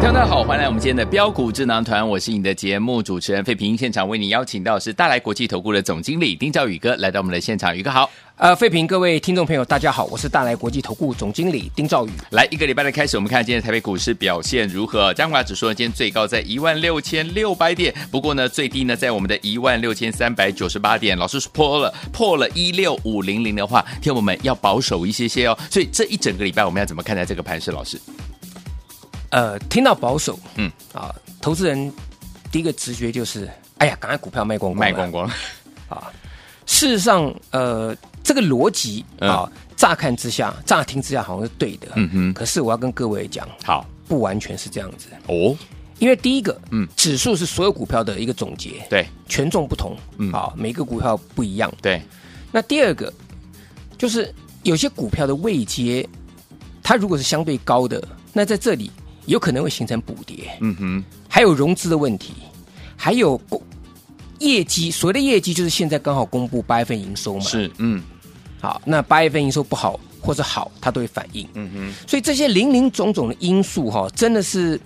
大家好，欢迎来我们今天的标股智囊团，我是你的节目主持人费平。现场为你邀请到是大来国际投顾的总经理丁兆宇哥来到我们的现场，宇哥好。呃，废品各位听众朋友，大家好，我是大来国际投顾总经理丁兆宇。来，一个礼拜的开始，我们看今天台北股市表现如何？加权指数呢，今天最高在一万六千六百点，不过呢，最低呢在我们的一万六千三百九十八点，老师是破了破了一六五零零的话，听我们要保守一些些哦。所以这一整个礼拜我们要怎么看待这个盘势？老师，呃，听到保守，嗯嗯啊，投资人第一个直觉就是，哎呀，赶快股票卖光光，卖光。光，事实上，呃，这个逻辑啊，乍看之下，乍听之下好像是对的，嗯哼可是我要跟各位讲，好不完全是这样子，哦，因为第一个，嗯嗯，指数是所有股票的一个总结，对权重不同，嗯啊，每个股票不一样。对，那第二个就是有些股票的位阶，它如果是相对高的，那在这里有可能会形成补跌，嗯哼，还有融资的问题，还有公业绩。所谓的业绩就是现在刚好公布八月份营收嘛，是，嗯好，那八月份营收不好或者好，它都会反应。嗯哼。所以这些零零总总的因素哈、真的是，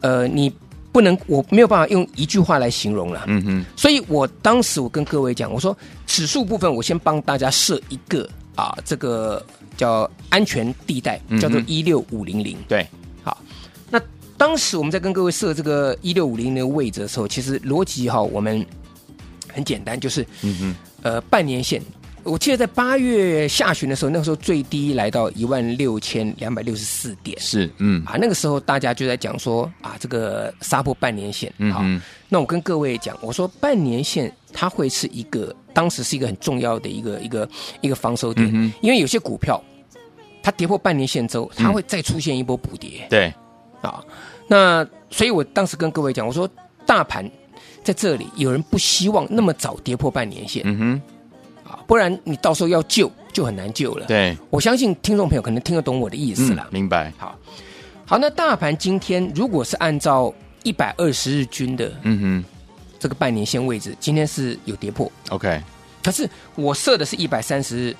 呃，你不能，我没有办法用一句话来形容了。嗯哼，所以我当时我跟各位讲，我说指数部分我先帮大家设一个啊，这个叫安全地带嗯哼，叫做一六五零零。对，那当时我们在跟各位设这个一六五零零的位置的时候，其实逻辑哈，我们很简单，就是嗯哼，呃半年线。我记得在八月下旬的时候，那个时候最低来到一万六千两百六十四点是，嗯，啊，那个时候大家就在讲说啊，这个杀破半年线嗯啊，哼，那我跟各位讲，我说半年线它会是一个当时是一个很重要的一个一个一个防守点，嗯因为有些股票它跌破半年线之后，它会再出现一波补跌、对，啊。那所以我当时跟各位讲，我说大盘在这里有人不希望那么早跌破半年线、嗯哼，啊，不然你到时候要救就很难救了。对，我相信听众朋友可能听得懂我的意思嗯啦。，明白，好，好，那大盘今天如果是按照一百二十日均的嗯这个半年线位置，今天是有跌破，哼，OK，可是我设的是一百三十日，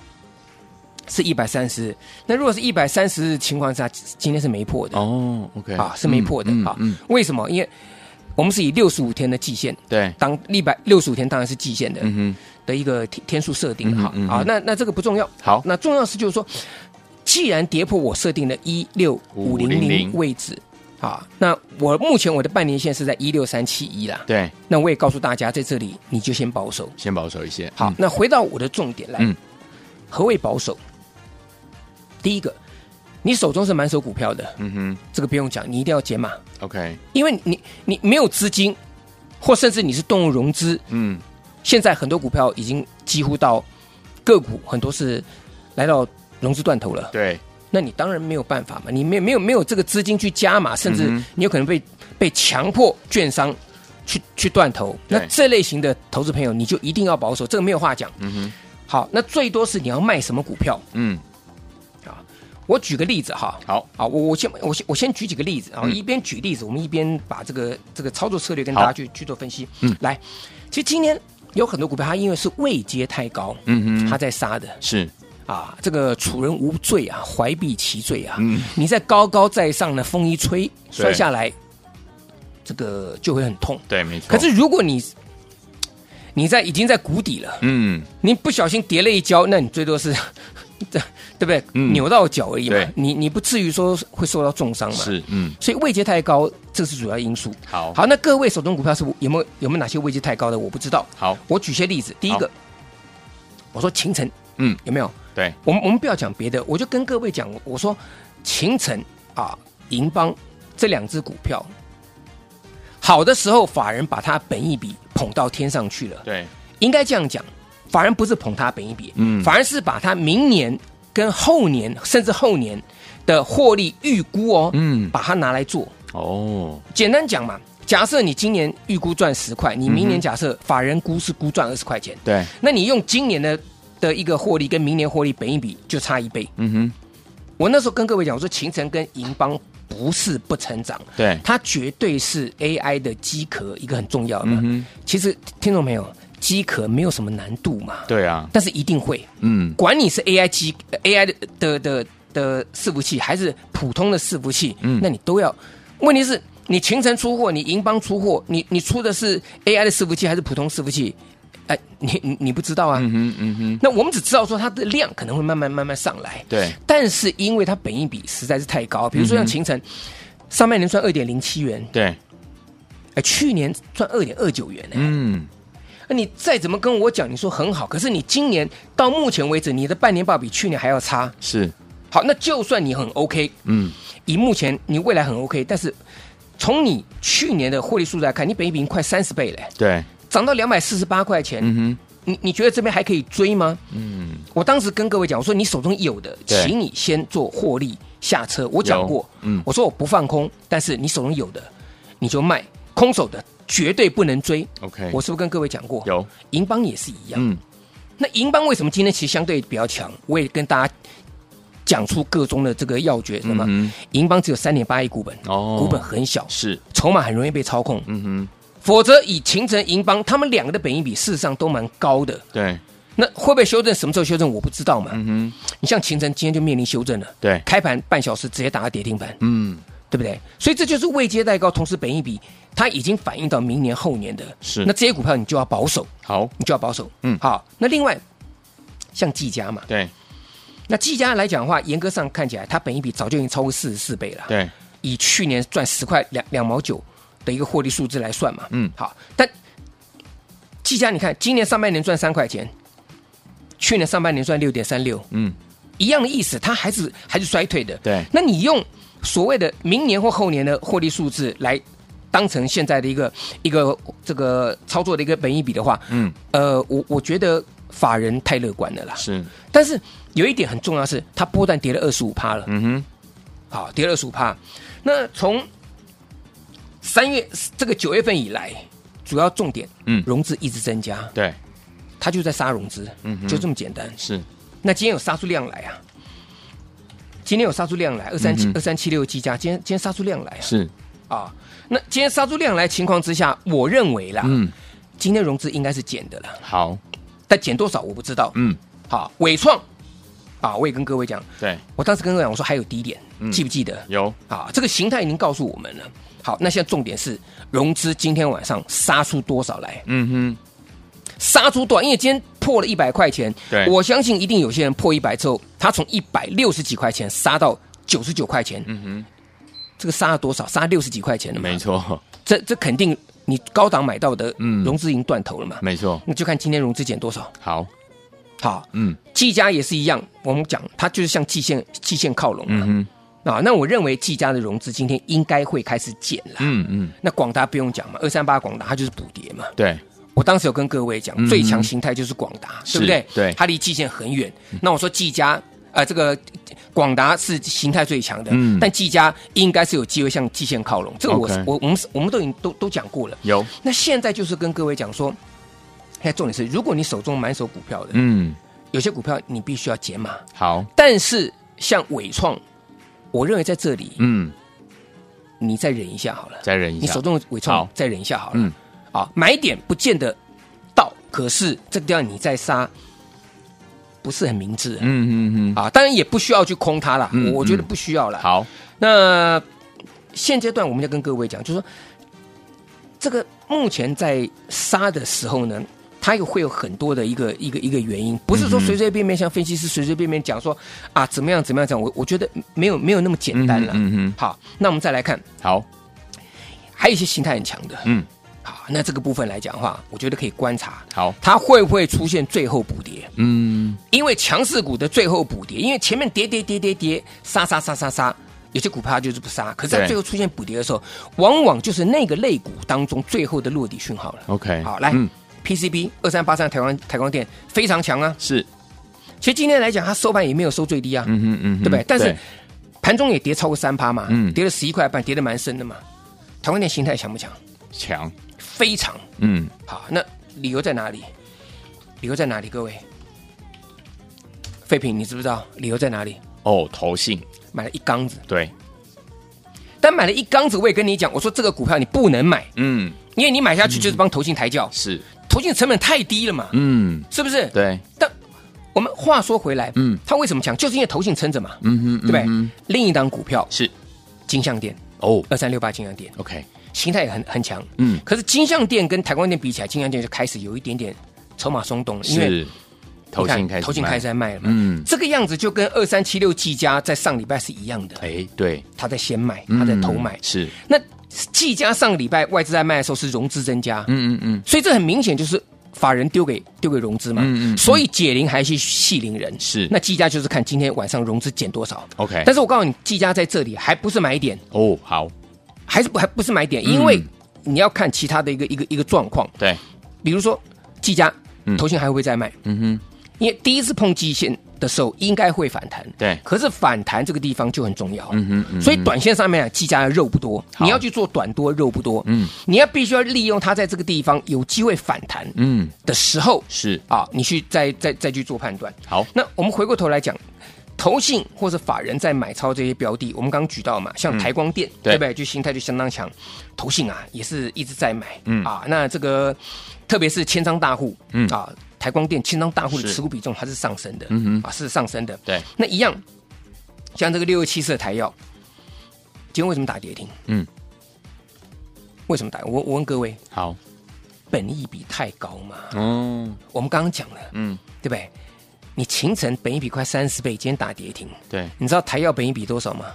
是一百三十日。那如果是一百三十日情况下，今天是没破的、哦，OK，啊，是没破的嗯啊、嗯，为什么？因为我们是以六十五天的季线，对，当一百六十五天当然是季线的、嗯的一个天天数设定哈、嗯哼嗯哼啊。那那这个不重要，哼，好，那重要是就是说，既然跌破我设定的一六五零500零位置。啊，那我目前我的半年线是在一六三七一啦，对，那我也告诉大家，在这里你就先保守，先保守一些，好，嗯，那回到我的重点来，嗯何谓保守？第一个，你手中是满手股票的，嗯这个不用讲，你一定要解码，哼，OK，因为你你没有资金，或甚至你是动用融资，嗯，现在很多股票已经几乎到个股很多是来到融资断头了，对，那你当然没有办法嘛，你没有没有没有这个资金去加码，甚至嗯哼你有可能被被强迫券商去去断头，对那这类型的投资朋友你就一定要保守，这个没有话讲。嗯哼，好，那最多是你要卖什么股票嗯，啊？我举个例子哈，好，啊，我我先我先我先举几个例子啊，嗯一边举例子，我们一边把这个这个操作策略跟大好家去去做分析。嗯，来，其实今天有很多股票，它因为是位阶太高，嗯它哼，在杀的是，啊，这个楚人无罪啊，怀璧其罪啊。嗯，你在高高在上呢，风一吹摔对下来，这个就会很痛。对，没错，可是，如果你你在已经在谷底了，嗯，你不小心跌了一跤，那你最多是 这对不对？嗯扭到脚而已嘛对，你你不至于说会受到重伤嘛。，是，嗯，所以位阶太高，这是主要因素。好，好，那各位手中股票是有没有有没有哪些位阶太高的？我不知道。好，我举些例子，第一个，我说秦城，嗯，有没有？对，我们我们不要讲别的，我就跟各位讲，我说秦城啊、银邦这两只股票，好的时候，法人把它本一比捧到天上去了。对，应该这样讲，法人不是捧它本一比，嗯反而是把它明年跟后年甚至后年的获利预估哦，嗯把它拿来做。哦，简单讲嘛，假设你今年预估赚十块，你明年假设法人估是估赚二十块钱，嗯对，那你用今年的的一个获利跟明年获利本一比就差一倍。嗯我那时候跟各位讲，我说秦城跟银邦不是不成长，哼，对，它绝对是 AI 的机壳一个很重要的。嗯其实听懂没有？机壳没有什么难度嘛，对啊，但是一定会，嗯，管你是 AI 机 AI 的的的的伺服器，还是普通的伺服器，嗯那你都要。问题是，你秦城出货，你银邦出货，你你出的是 AI 的伺服器还是普通伺服器？哎、你你你不知道啊。嗯哼，嗯哼，那我们只知道说它的量可能会慢慢慢慢上来，对，嗯但是因为它本益比实在是太高，比如说像秦城，上半年赚二点零七元，对，哎，去年赚二点二九元呢、嗯，那你再怎么跟我讲，你说很好，可是你今年到目前为止，你的半年报比去年还要差。是，好，那就算你很 OK，嗯，以目前你未来很 OK，但是从你去年的获利数字来看，你本益比已经快三十倍嘞，对，涨到两百四十八块钱，嗯你你觉得这边还可以追吗？哼，嗯，我当时跟各位讲，我说你手中有的，对请你先做获利下车。我讲过，嗯我说我不放空，但是你手中有的你就卖，空手的绝对不能追。 ，OK，我是不是跟各位讲过？哎有，银邦也是一样。嗯，那银邦为什么今天其实相对比较强？我也跟大家讲出各中的这个要诀，什么？嗯银邦只有三点八亿股本，哦股本很小，是，筹码很容易被操控。嗯哼，否则以秦城、银邦他们两个的本益比，事实上都蛮高的。对，那会不会修正？什么时候修正？我不知道嘛。嗯哼，你像秦城今天就面临修正了，对，开盘半小时直接打到跌停板，嗯，对不对？所以这就是未接代高，同时本益比它已经反映到明年后年的。是那这些股票你就要保守，好，你就要保守。嗯好。那另外像技嘉嘛，对，那技嘉来讲的话，严格上看起来它本益比早就已经超过四十四倍了。对，以去年赚十块两两毛九的一个获利数字来算嘛，嗯好，但技嘉你看，今年上半年赚三块钱，去年上半年赚六点三六，嗯，一样的意思，它还是还是衰退的。对那你用所谓的明年或后年的获利数字来当成现在的一个一个这个操作的一个本益比的话，嗯，呃，我我觉得法人太乐观了啦。是，但是有一点很重要的是，它波段跌了二十五趴了，嗯哼，好，跌了二十五趴。那从三月这个九月份以来，主要重点，嗯融资一直增加，对，它就在杀融资，嗯哼就这么简单。是，那今天有杀出量来啊，今天有杀出量来，二三七嗯哼二三七六计价，今天今天杀出量来啊是，啊。那今天杀出量来情况之下，我认为啦，嗯，今天融资应该是减的了，好，但减多少我不知道。嗯，好，伟创啊，我也跟各位讲，对，我当时跟各位讲，我说还有低点，嗯记不记得？有，啊，这个形态已经告诉我们了。好，那现在重点是融资今天晚上杀出多少来？嗯哼，杀出多少？因为今天破了一百块钱，对我相信一定有些人破一百之后，他从一百六十几块钱杀到九十九块钱，嗯这个杀了多少？杀六十几块钱了哼，嘛？没，错，这这肯定你高档买到的，嗯融资已经断头了嘛？没错，那就看今天融资减多少。好，好，嗯，技嘉也是一样，我们讲它就是向季线季线靠拢嘛。嗯哼，啊，那我认为技嘉的融资今天应该会开始减了。嗯嗯，那广达不用讲嘛，二三八广达它就是补跌嘛。对，我当时有跟各位讲，嗯最强形态就是广达，是对不对？对它离季线很远。那我说技嘉，呃，这个广达是形态最强的，嗯但技嘉应该是有机会向季线靠拢。这个我 OK 我我们是我们都已经都都讲过了。有，那现在就是跟各位讲说，现在重点是，如果你手中满手股票的，嗯，有些股票你必须要解码，好，但是像伟创，我认为在这里嗯，你再忍一下好了。再忍一你下手，中的尾创好再忍一下好了。嗯啊，买点不见得到，可是这个地方你再杀，不是很明智、嗯嗯嗯，啊。当然也不需要去空它啦，嗯我我觉得嗯不需要啦。，好，那现阶段我们要跟各位讲，就是说这个目前在杀的时候呢。它又会有很多的一个一个一个原因，不是说嗯嗯随随便便像分析师随随便便讲说啊怎么样怎么样讲，我我觉得没有没有那么简单了。嗯嗯，好，那我们再来看，好，还有一些形态很强的，嗯，好，那这个部分来讲的话，我觉得可以观察好，它会不会出现最后补跌，嗯，因为强势股的最后补跌，因为前面跌跌跌跌跌，杀杀杀杀杀，有些股票它就是不杀，可是它对最后出现补跌的时候，往往就是那个类股当中最后的落底讯号了。 OK，嗯好，来、PCB 二三八三台湾台光电非常强啊，是，其实今天来讲它收盘也没有收最低啊，嗯哼嗯哼，对不对？但是盘中也跌超过三趴嘛，嗯跌了十一块半，跌得蛮深的嘛。台湾电形态强不强？强，非常嗯，好。那理由在哪里？理由在哪里？各位，废品你知不知道理由在哪里？哦，投信，买了一缸子，对，但买了一缸子，我也跟你讲，我说这个股票你不能买，嗯，因为你买下去就是帮投信抬轿，是，投信成本太低了嘛，嗯，是不是？对，但我们话说回来，嗯嗯，它为什么强？就是因为投信撑着嘛，嗯哼，对不对嗯哼？另一档股票是，金像店哦二三六八金像店， ，OK，形态也很很强，嗯，可是金像店跟台光店比起来，金像店就开始有一点点筹码松动了，因为是，投你信看开始，投信开始，在卖了嘛，嗯这个样子就跟二三七六技嘉在上礼拜是一样的，哎，对，它在先卖，它在投买嗯，是，那技嘉上个礼拜外资在卖的时候是融资增加，嗯嗯嗯，所以这很明显就是法人丢给丢给融资嘛，嗯嗯嗯所以解铃还是系铃人。是那技嘉就是看今天晚上融资减多少。 OK，但是，是我告诉你，技嘉在这里还不是买点，哦，好，还是不还不是买点，嗯因为你要看其他的一个一个一个状况，对，比如说技嘉嗯，投信还会不会再卖？嗯哼，因为第一次碰季线的时候应该会反弹，对可是反弹这个地方就很重要，啊嗯哼嗯哼所以短线上面啊，季家的肉不多，好你要去做短多肉不多，嗯，你要必须要利用它在这个地方有机会反弹嗯，的时候是，啊，你去再再再去做判断。好，那我们回过头来讲，投信或者法人在买超这些标的，我们刚刚举到嘛，像台光电，嗯对对不对？就心态就相当强，投信啊也是一直在买，嗯啊，那这个特别是千张大户，嗯啊，台光电千张大户的是持股比重它是上升的，嗯哼啊是上升的，对，那一样，像这个六月七四的台药，今天为什么打跌停？嗯，为什么打？我我问各位，好，本益比太高嘛？哦，我们刚刚讲了，嗯，对不对？你秦城本益比快三十倍，今天打跌停，对，你知道台药本益比多少吗？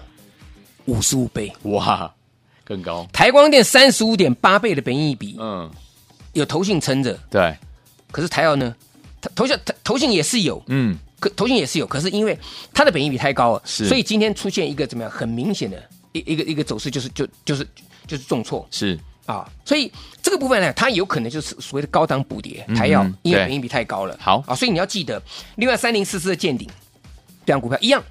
五十五倍。哇，更高，台光电三十五点八倍的本益比，嗯，有投信撑着，对，可是台药呢？它投信投信也是有，嗯，可投信也是有，可是因为它的本益比太高了，是所以今天出现一个怎么样很明显的一一个一个走势，就是就就是就是重挫是，啊。所以这个部分呢，它有可能就是所谓的高档补跌，台药嗯因为对本益比太高了，好啊，所以你要记得，另外三零四四的见顶这样股票一样，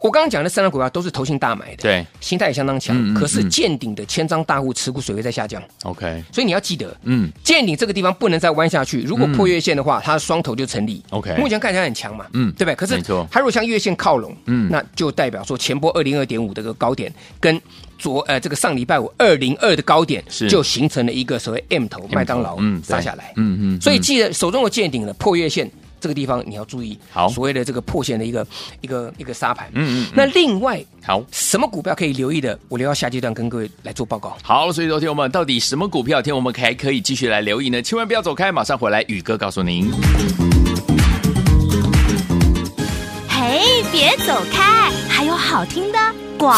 我刚刚讲的三张股票都是投信大买的，对形态也相当强，嗯嗯可是嗯见顶的千张大户持股水位在下降， ，OK，所以你要记得，嗯，见顶这个地方不能再弯下去，如果破月线的话，它双头就成立。嗯 OK 目前看起来很强嘛，嗯对不对？可是没错它如果向月线靠拢，嗯嗯，那就代表说前波二零二点五的个高点跟昨呃这个上礼拜五二零二的高点是就形成了一个所谓 M 头麦当劳嗯，对杀下来，嗯嗯，所以记得手中有见顶了破月线这个地方你要注意，好所谓的这个破线的一个一个一个杀盘，嗯嗯嗯嗯，那另外好。什么股票可以留意的，我留到下阶段跟各位来做报告。好，所以昨天我们到底什么股票，天我们还可以继续来留意呢？千万不要走开，马上回来，宇哥告诉您。嘿，别走开，还有好听的广。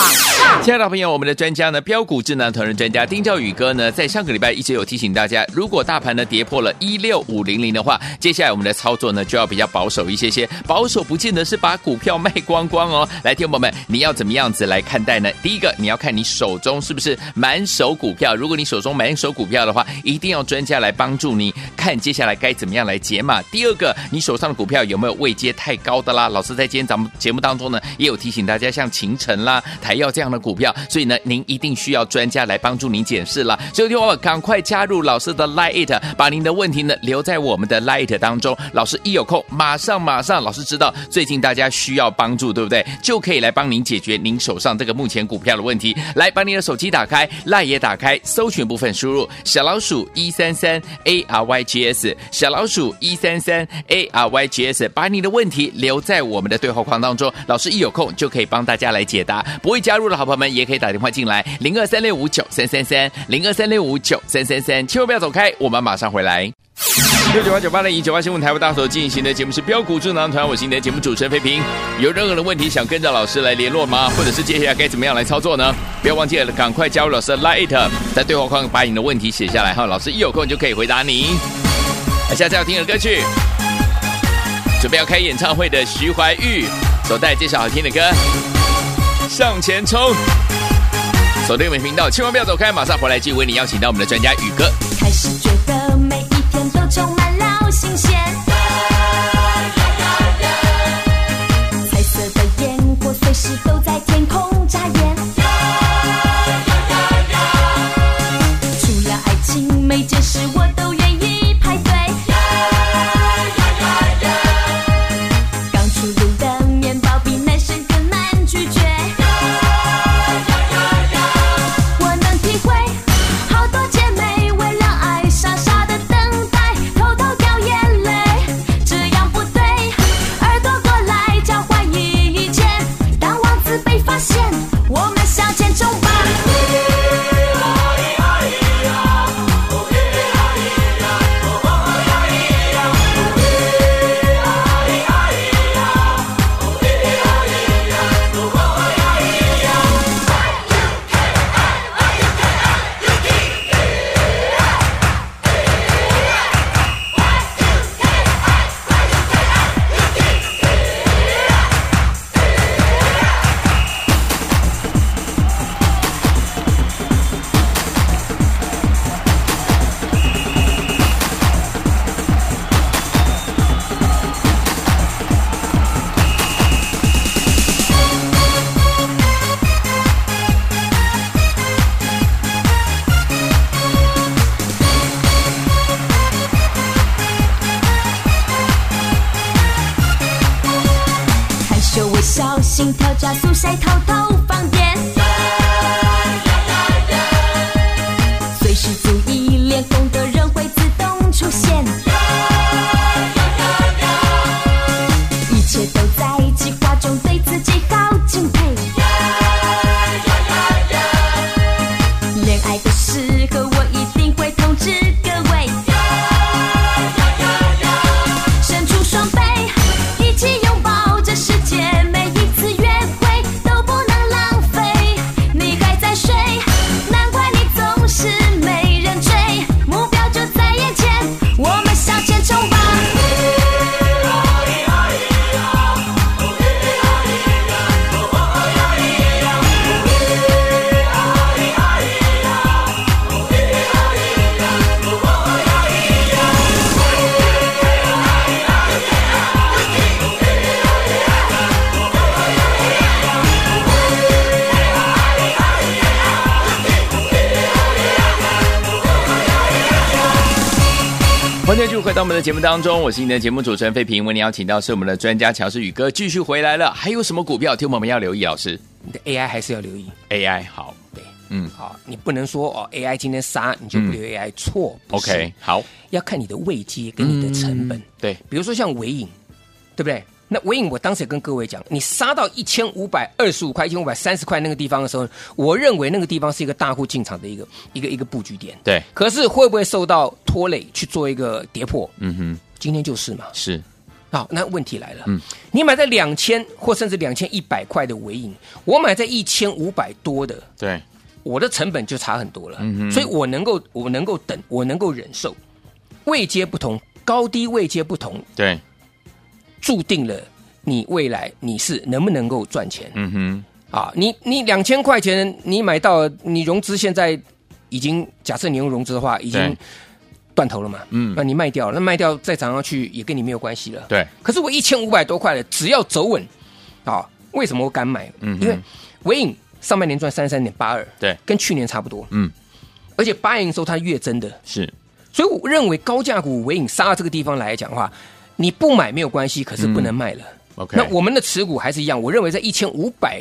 亲爱的朋友，我们的专家呢，标股智能投人专家丁兆宇哥呢，在上个礼拜一直有提醒大家，如果大盘呢跌破了一六五零零的话，接下来我们的操作呢就要比较保守一些些。保守不见得是把股票卖光光哦。来，听众朋友们，你要怎么样子来看待呢？第一个，你要看你手中是不是满手股票。如果你手中满手股票的话，一定要专家来帮助你看接下来该怎么样来解码。第二个，你手上的股票有没有位阶太高的啦？老师在今天咱们节目当中呢，也有提醒大家，像秦晨啦、台药这样的股票，所以呢，您一定需要专家来帮助您解释啦。所以，听我赶快加入老师的 Lite，把您的问题呢留在我们的 Lite 当中。老师一有空，马上马上，老师知道最近大家需要帮助，对不对？就可以来帮您解决您手上这个目前股票的问题。来，把你的手机打开，Lite 也打开，搜寻部分输入小老鼠一三三 A R Y G S，小老鼠一三三 A R Y G S，把你的问题留在我们的对话框当中，老师一有空就可以帮大家来解答。不会加入的好朋友们也可以打电话进来，零二三六五九三三三，零二三六五九三三三，千万不要走开，我们马上回来。六九八九八零一九八新闻台为大家所进行的节目是标股智囊团，我是你的节目主持人费平。有任何的问题想跟着老师来联络吗？或者是接下来该怎么样来操作呢？不要忘记了，赶快加入老师的 Lite，在对话框把你的问题写下来哈，老师一有空就可以回答你。那下次要听的歌曲，准备要开演唱会的徐怀钰所带来这首好听的歌。向前冲。锁定我们频道，千万不要走开，马上回来继续为你邀请到我们的专家宇哥。开始觉得每一天都充满了新鲜。彩色的烟火随时都在天空眨眼。除了爱情，每件事我都愿意排队。刚出炉的面包比男生更难拒绝。我能体会，好多姐妹为了爱傻傻的等待，偷偷掉眼泪，这样不对。耳朵过来，交换意见，当王子被发现，我们向前冲吧。害羞微笑，心跳加速，晒偷偷放电。随时注意脸红的人会自动出现。一切都在计划中，对自己好敬佩。恋爱的时候，我一定会通知各位。伸出双臂，一起拥抱这世界。每一次约会都不能浪费。你还在睡，难怪你总是没人追。目标就在眼前，我们向前冲吧！欢迎继续回到我们的节目当中，我是你的节目主持人费平。为您邀请到是我们的专家乔氏宇哥，继续回来了。还有什么股票，听我们要留意？老师你的 AI 还是要留意。 ，AI 好，对，嗯好，你不能说哦，AI 今天杀你就不留 AI 错不是，OK，好，嗯要看你的位阶跟你的成本。对，比如说像尾影，对不对？那尾影我当时也跟各位讲，你杀到一千五百二十五块、一千五百三十块那个地方的时候，我认为那个地方是一个大户进场的一个一个一个布局点。对，可是会不会受到拖累去做一个跌破？嗯哼，今天就是嘛。是好，那问题来了，嗯你买在两千或甚至两千一百块的尾影，我买在一千五百多的，对，我的成本就差很多了，嗯哼所以我能够我能够等，我能够忍受，位阶不同，高低位阶不同，对，注定了你未来你是能不能够赚钱、嗯哼，啊？你你两千块钱你买到，你融资现在已经假设你用融资的话，已经对断头了嘛，嗯那你卖掉，那卖掉再涨上去也跟你没有关系了，对，可是我一千五百多块了，只要走稳，啊，为什么我敢买？嗯哼因为伟影上半年赚三三点八二，对跟去年差不多，嗯，而且八营收它月增的，是，所以我认为高价股伟影杀到这个地方来讲的话，你不买没有关系，可是不能卖了。嗯 OK 那我们的持股还是一样，我认为在一千五百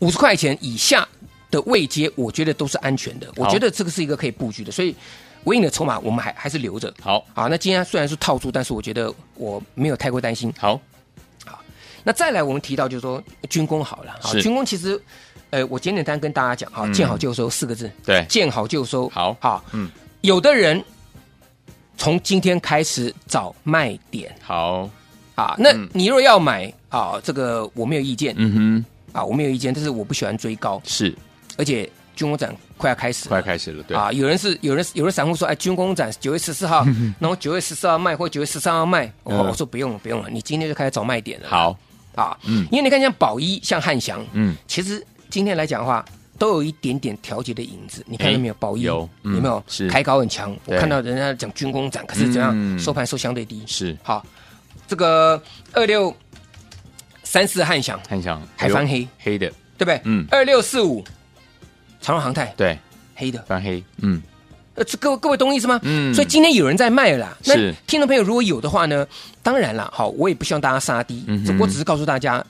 五十块钱以下的位阶，我觉得都是安全的，我觉得这个是一个可以布局的，所以伟影的筹码我们还还是留着。好，好，那今天虽然是套住，但是我觉得我没有太过担心。好，那再来，我们提到就是说军工好了，啊，是军工其实，呃，我简简单跟大家讲哈，嗯见好就收四个字，对，见好就收。好好，嗯嗯，有的人从今天开始找卖点好，啊，那嗯你若要买啊，这个我没有意见嗯哼，啊，我没有意见，但是我不喜欢追高，是，而且军工展快要开始了，快开始了，对，啊，有人是有人有人散户说，哎，军工展九月十四号，然后九月十四号卖或九月十三号卖，我、嗯我说不用了不用了，你今天就开始找卖点了。好，啊，嗯因为你看像宝一、像汉翔，嗯其实今天来讲的话，都有一点点调节的影子。你看到没有？哎宝一有嗯有没有？是开高很强。我对看到人家讲军工展，可是怎样、嗯收盘收相对低。是好，这个二六三四汉翔，看想还翻黑哎呦黑的，对不对？嗯二六四五长荣航太对，黑的，翻黑，嗯，呃，这各位各位懂我意思吗？嗯所以今天有人在卖了啦。那是听众朋友如果有的话呢，当然啦，好，我也不希望大家杀低，嗯哼只不过只是告诉大家，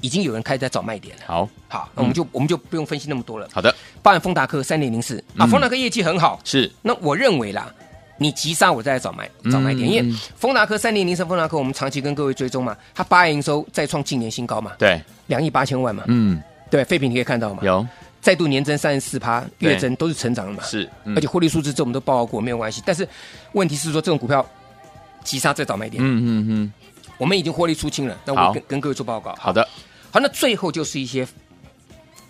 已经有人开始在找卖点了。好好，那我们就、我们就不用分析那么多了。好的，包含丰达科三零零四啊，嗯丰达科业绩很好，是那我认为啦，你急杀我再来找买找买点，嗯因为丰达科三零零三丰达科我们长期跟各位追踪嘛，它八月营收再创近年新高嘛，对，两亿八千万嘛，嗯，对，废品你可以看到嘛，有再度年增三十四趴，对月增都是成长的嘛，是，嗯而且，获利数字这我们都报告过，没有关系。但是问题是说这种股票急杀再找买点，嗯嗯嗯，我们已经获利出清了，那好我跟跟各位做报告。好的，好，那最后就是一些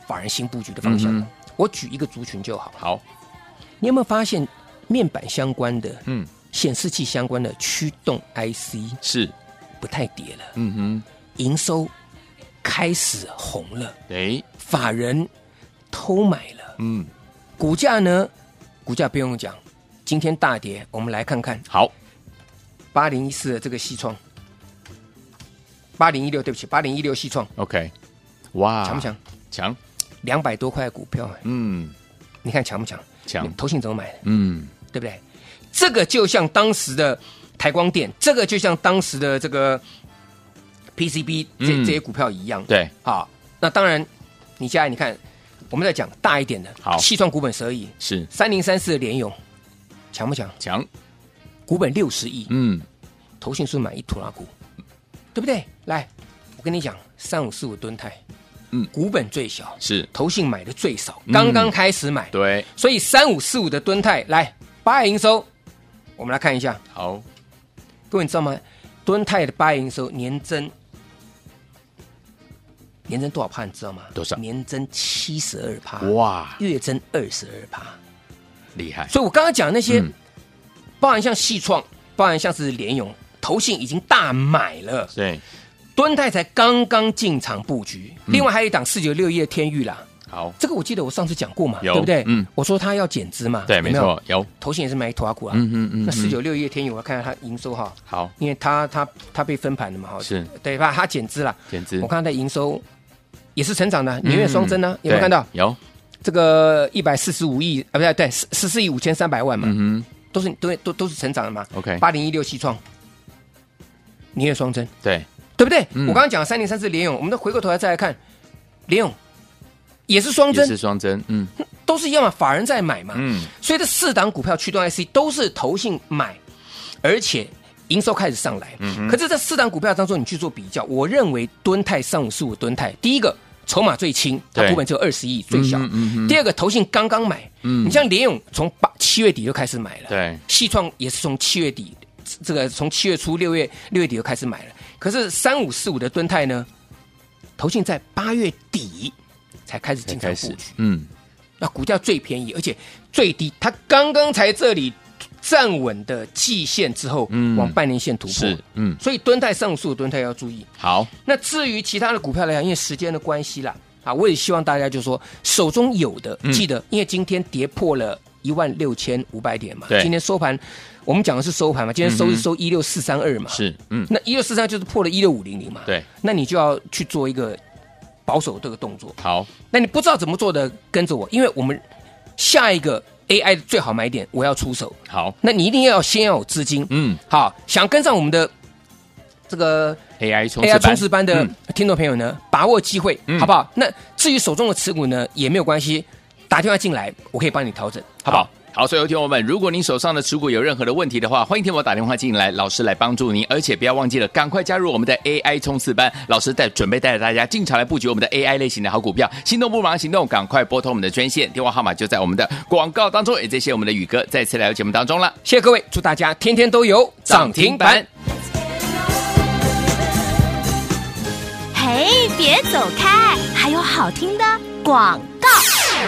法人新布局的方向。嗯哼我举一个族群就好，好，你有没有发现面板相关的、嗯，显示器相关的驱动 IC 是，不太跌了，嗯营收开始红了，哼，哎，法人偷买了，嗯，股价呢？股价不用讲，今天大跌。我们来看看好，八零一四的这个西创，八零一六，对不起，八零一六西创 OK，哇，强不？强？强，两百多块的股票，哎嗯，你看强不强？强，投信怎么买的？嗯，对不对？这个就像当时的台光电，这个就像当时的这个 PCB 这、嗯这些股票一样。对，啊，那当然，你接下来你看，我们在讲大一点的，好气创股本十二亿，是三零三四的联勇强不强？强，股本六十亿，嗯，投信是买一土拉股，对不对？来，我跟你讲，三五四五吨泰，嗯股本最小，是，投信买的最少，嗯刚刚开始买，对，所以三五四五的吨泰来八月营收，我们来看一下，好，各位你知道吗？吨泰的八月营收年增，年增多少趴？你知道吗？多少年增七十二趴，哇，月增二十二趴。厉害，所以我刚刚讲那些，嗯包含像细创，包含像是联勇，投信已经大买了，对，敦泰才刚刚进场布局。嗯另外还有一档四九六一的天域啦，好，这个我记得我上次讲过嘛，有对不对？嗯我说它要减资嘛，对，有没有，错，有，投信也是买土阿股啊。嗯嗯嗯，那四嗯，九六一的天宇，我要看看它营收哈，好，因为它它它被分盘了嘛哈，是对吧？它减资了，减资我，看它的营收也是成长的，年月双增呢，有没有嗯对看到？有，这个一百四十五亿啊，不对对，十四亿五千三百万嘛，嗯都是都都都是成长的嘛。 OK 八零一六西创，年月双增，哼，对，对不对？嗯我刚刚讲三零三四联勇，我们再回过头来再来看联勇，也是双也增，是双针，嗯都是一样嘛，法人在买嘛。嗯，所以这四档股票驱动 IC 都是投信买，而且营收开始上来。嗯可是这四档股票当中，你去做比较，我认为敦泰三五四五敦泰，第一个筹码最轻，它对股本只有二十亿，最小。嗯嗯嗯第二个投信刚刚买，嗯你像联勇从八七月底就开始买了，对 细创也是从七月底，这个从七月初六月六月底就开始买了。可是三五四五的敦泰呢，投信在八月底才开始进开场布始局。，嗯，那股价最便宜，而且最低，它刚刚才这里站稳的季线之后，嗯往半年线突破，是，嗯，所以蹲态上述蹲态要注意。好，那至于其他的股票来讲，因为时间的关系啦，啊，我也希望大家就说手中有的，嗯记得，因为今天跌破了。一万六千五百点嘛，对今天收盘，我们讲的是收盘嘛，今天收嗯是哼收一六四三二嘛，是，嗯，那一六四三就是破了一六五零零嘛，，对，那你就要去做一个保守这个动作，好，那你不知道怎么做的，跟着我，因为我们下一个 AI 的最好买点，我要出手。好，那你一定要先要有资金，嗯好，想跟上我们的这个，AI 冲 AI 刺冲刺班的嗯听众朋友呢，把握机会，嗯好不好？那至于手中的持股呢，也没有关系，打电话进来，我可以帮你调整，好不好？？好，所以有听友们，如果您手上的持股有任何的问题的话，欢迎听我打电话进来，老师来帮助您。而且不要忘记了，赶快加入我们的 AI 冲刺班，老师带准备带着大家进场来布局我们的 AI 类型的好股票。心动不忙行动，赶快拨通我们的专线，电话号码就在我们的广告当中。也谢谢我们的宇哥再次来到节目当中了。谢谢各位，祝大家天天都有涨停板。嘿，别走开，还有好听的广告。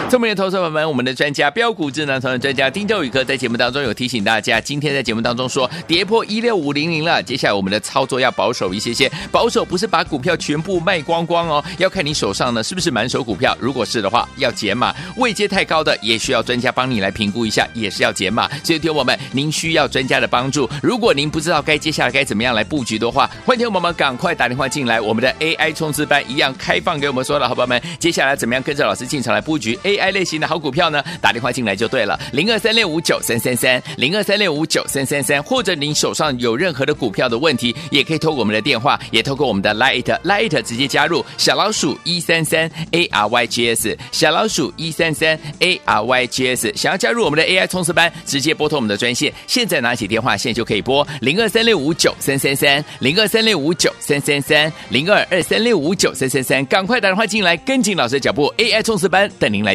聪明的投资者们，我们的专家标股智能投资专家丁兆宇哥在节目当中有提醒大家，今天在节目当中说跌破一六五零零了，接下来我们的操作要保守一些些，保守不是把股票全部卖光光哦，要看你手上呢是不是满手股票，如果是的话要解码，位阶太高的也需要专家帮你来评估一下，也是要解码。所以，听我们，您需要专家的帮助，如果您不知道该接下来该怎么样来布局的话，欢迎我们赶快打电话进来，我们的 AI 冲刺班一样开放给我们所有的好朋友们，接下来怎么样跟着老师进场来布局 AI 类型的好股票呢？打电话进来就对了，零二三六五九三三三，零二三六五九三三三，或者您手上有任何的股票的问题，也可以透过我们的电话，也透过我们的 Light Light 直接加入小老鼠一三三 A R Y G S，小老鼠一三三 A R Y G S，想要加入我们的 AI 冲刺班，直接拨通我们的专线，现在拿起电话，现在就可以拨零二三六五九三三三，零二三六五九三三三，零二二三六五九三三三，赶快打电话进来，跟紧老师的脚步，AI 冲刺班等您来